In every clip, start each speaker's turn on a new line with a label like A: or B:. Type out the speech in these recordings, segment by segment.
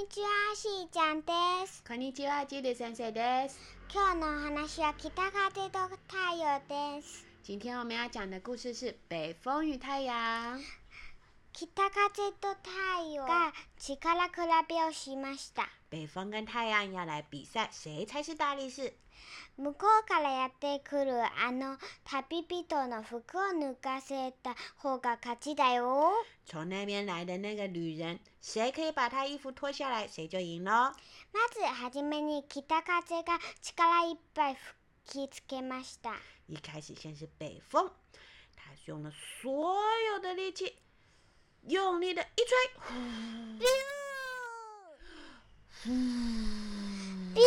A: にちは、しーちゃんです。
B: こんにちは、ジュリ先生です。
A: 今日のお話は北風と太陽です。
B: 今天我们要讲的故事是《北风与太阳》。
A: 北風と太陽が力比べをしました。
B: 北风跟太阳要来比赛，谁才是大力士？
A: 向こうからやってくるあの旅人の服を抜かせた方が勝ちだよ。
B: 从那边来的那个女人，谁可以把她衣服脱下来，谁就赢喽。
A: まずはじめに北風が力いっぱい吹きつけました。
B: 一开始先是北风，他用了所有的力气，用力的一吹，
A: ビュ
B: 嗯
A: ービュー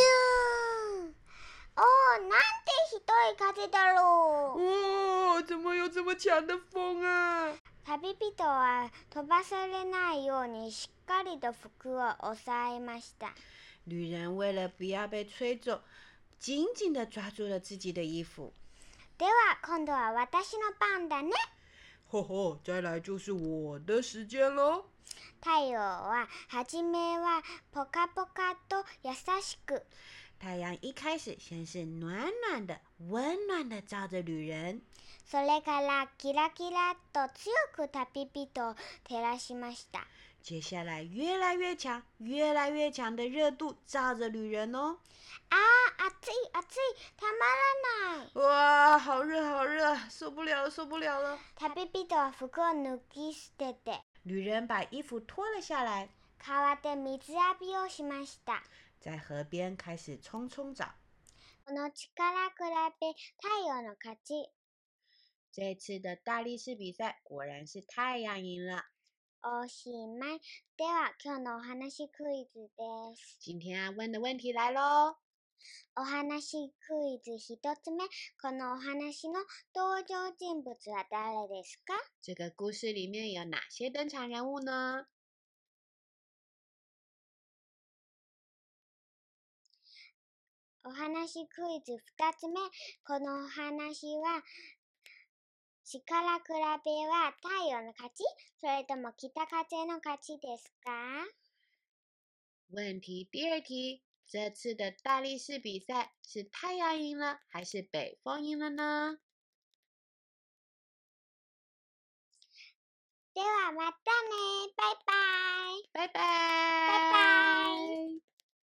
A: おー、なんてひどい風だろう
B: 哦，怎么有这么强的风啊？
A: 旅人は飛ばされないようにしっかりと服を押さえました。
B: 女人为了不要被吹走，紧紧地抓住了自己的衣服。
A: では、今度は私の番だね。
B: 吼吼，再来就是我的时间喽。
A: 太陽は、はじめはポカポカと優しく、
B: 太阳一开始先是暖暖的、温暖的照着女人，
A: それからキラキラと強く旅人を照らしました。
B: 接下来越来越强、越来越强的热度照着女人哦。
A: あー、暑い暑い、たまらない。
B: 哇，好热好热，受不了了受不了了！
A: 旅人は服を脱ぎ捨てて、
B: 女人把衣服脱了下来，
A: 川で水浴びをしました。
B: 在河边开始冲冲澡。
A: この力比べ太陽の勝ち。
B: 这次的大力士比赛果然是太阳赢了。
A: おしまい。では、今日のお話クイズです。
B: 今天要问的问题来喽。
A: お話クイズ一つ目。このお話の登場人物は誰ですか
B: 这个故事里面有哪些登场人物呢？
A: お話クイズ二つ目。このお話は、力比べは太陽の勝ちそれとも北風の勝ちですか
B: 问题第二题，这次的大力士比赛是太阳赢了还是北风赢了呢？
A: ではまたねバイバイ
B: 拜拜，
A: 拜拜